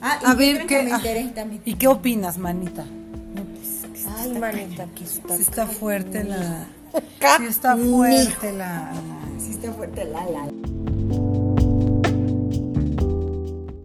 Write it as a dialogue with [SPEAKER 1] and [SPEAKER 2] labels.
[SPEAKER 1] Ah, ¿y
[SPEAKER 2] A
[SPEAKER 1] qué
[SPEAKER 2] ver
[SPEAKER 1] crees
[SPEAKER 2] qué.
[SPEAKER 1] que me
[SPEAKER 2] ah,
[SPEAKER 1] interesa a mí?
[SPEAKER 2] ¿Y qué opinas, manita?
[SPEAKER 3] Ay, manita, que está.
[SPEAKER 2] Sí está fuerte la.
[SPEAKER 3] Ca-
[SPEAKER 2] Sí está fuerte la.
[SPEAKER 1] Sí está fuerte la la.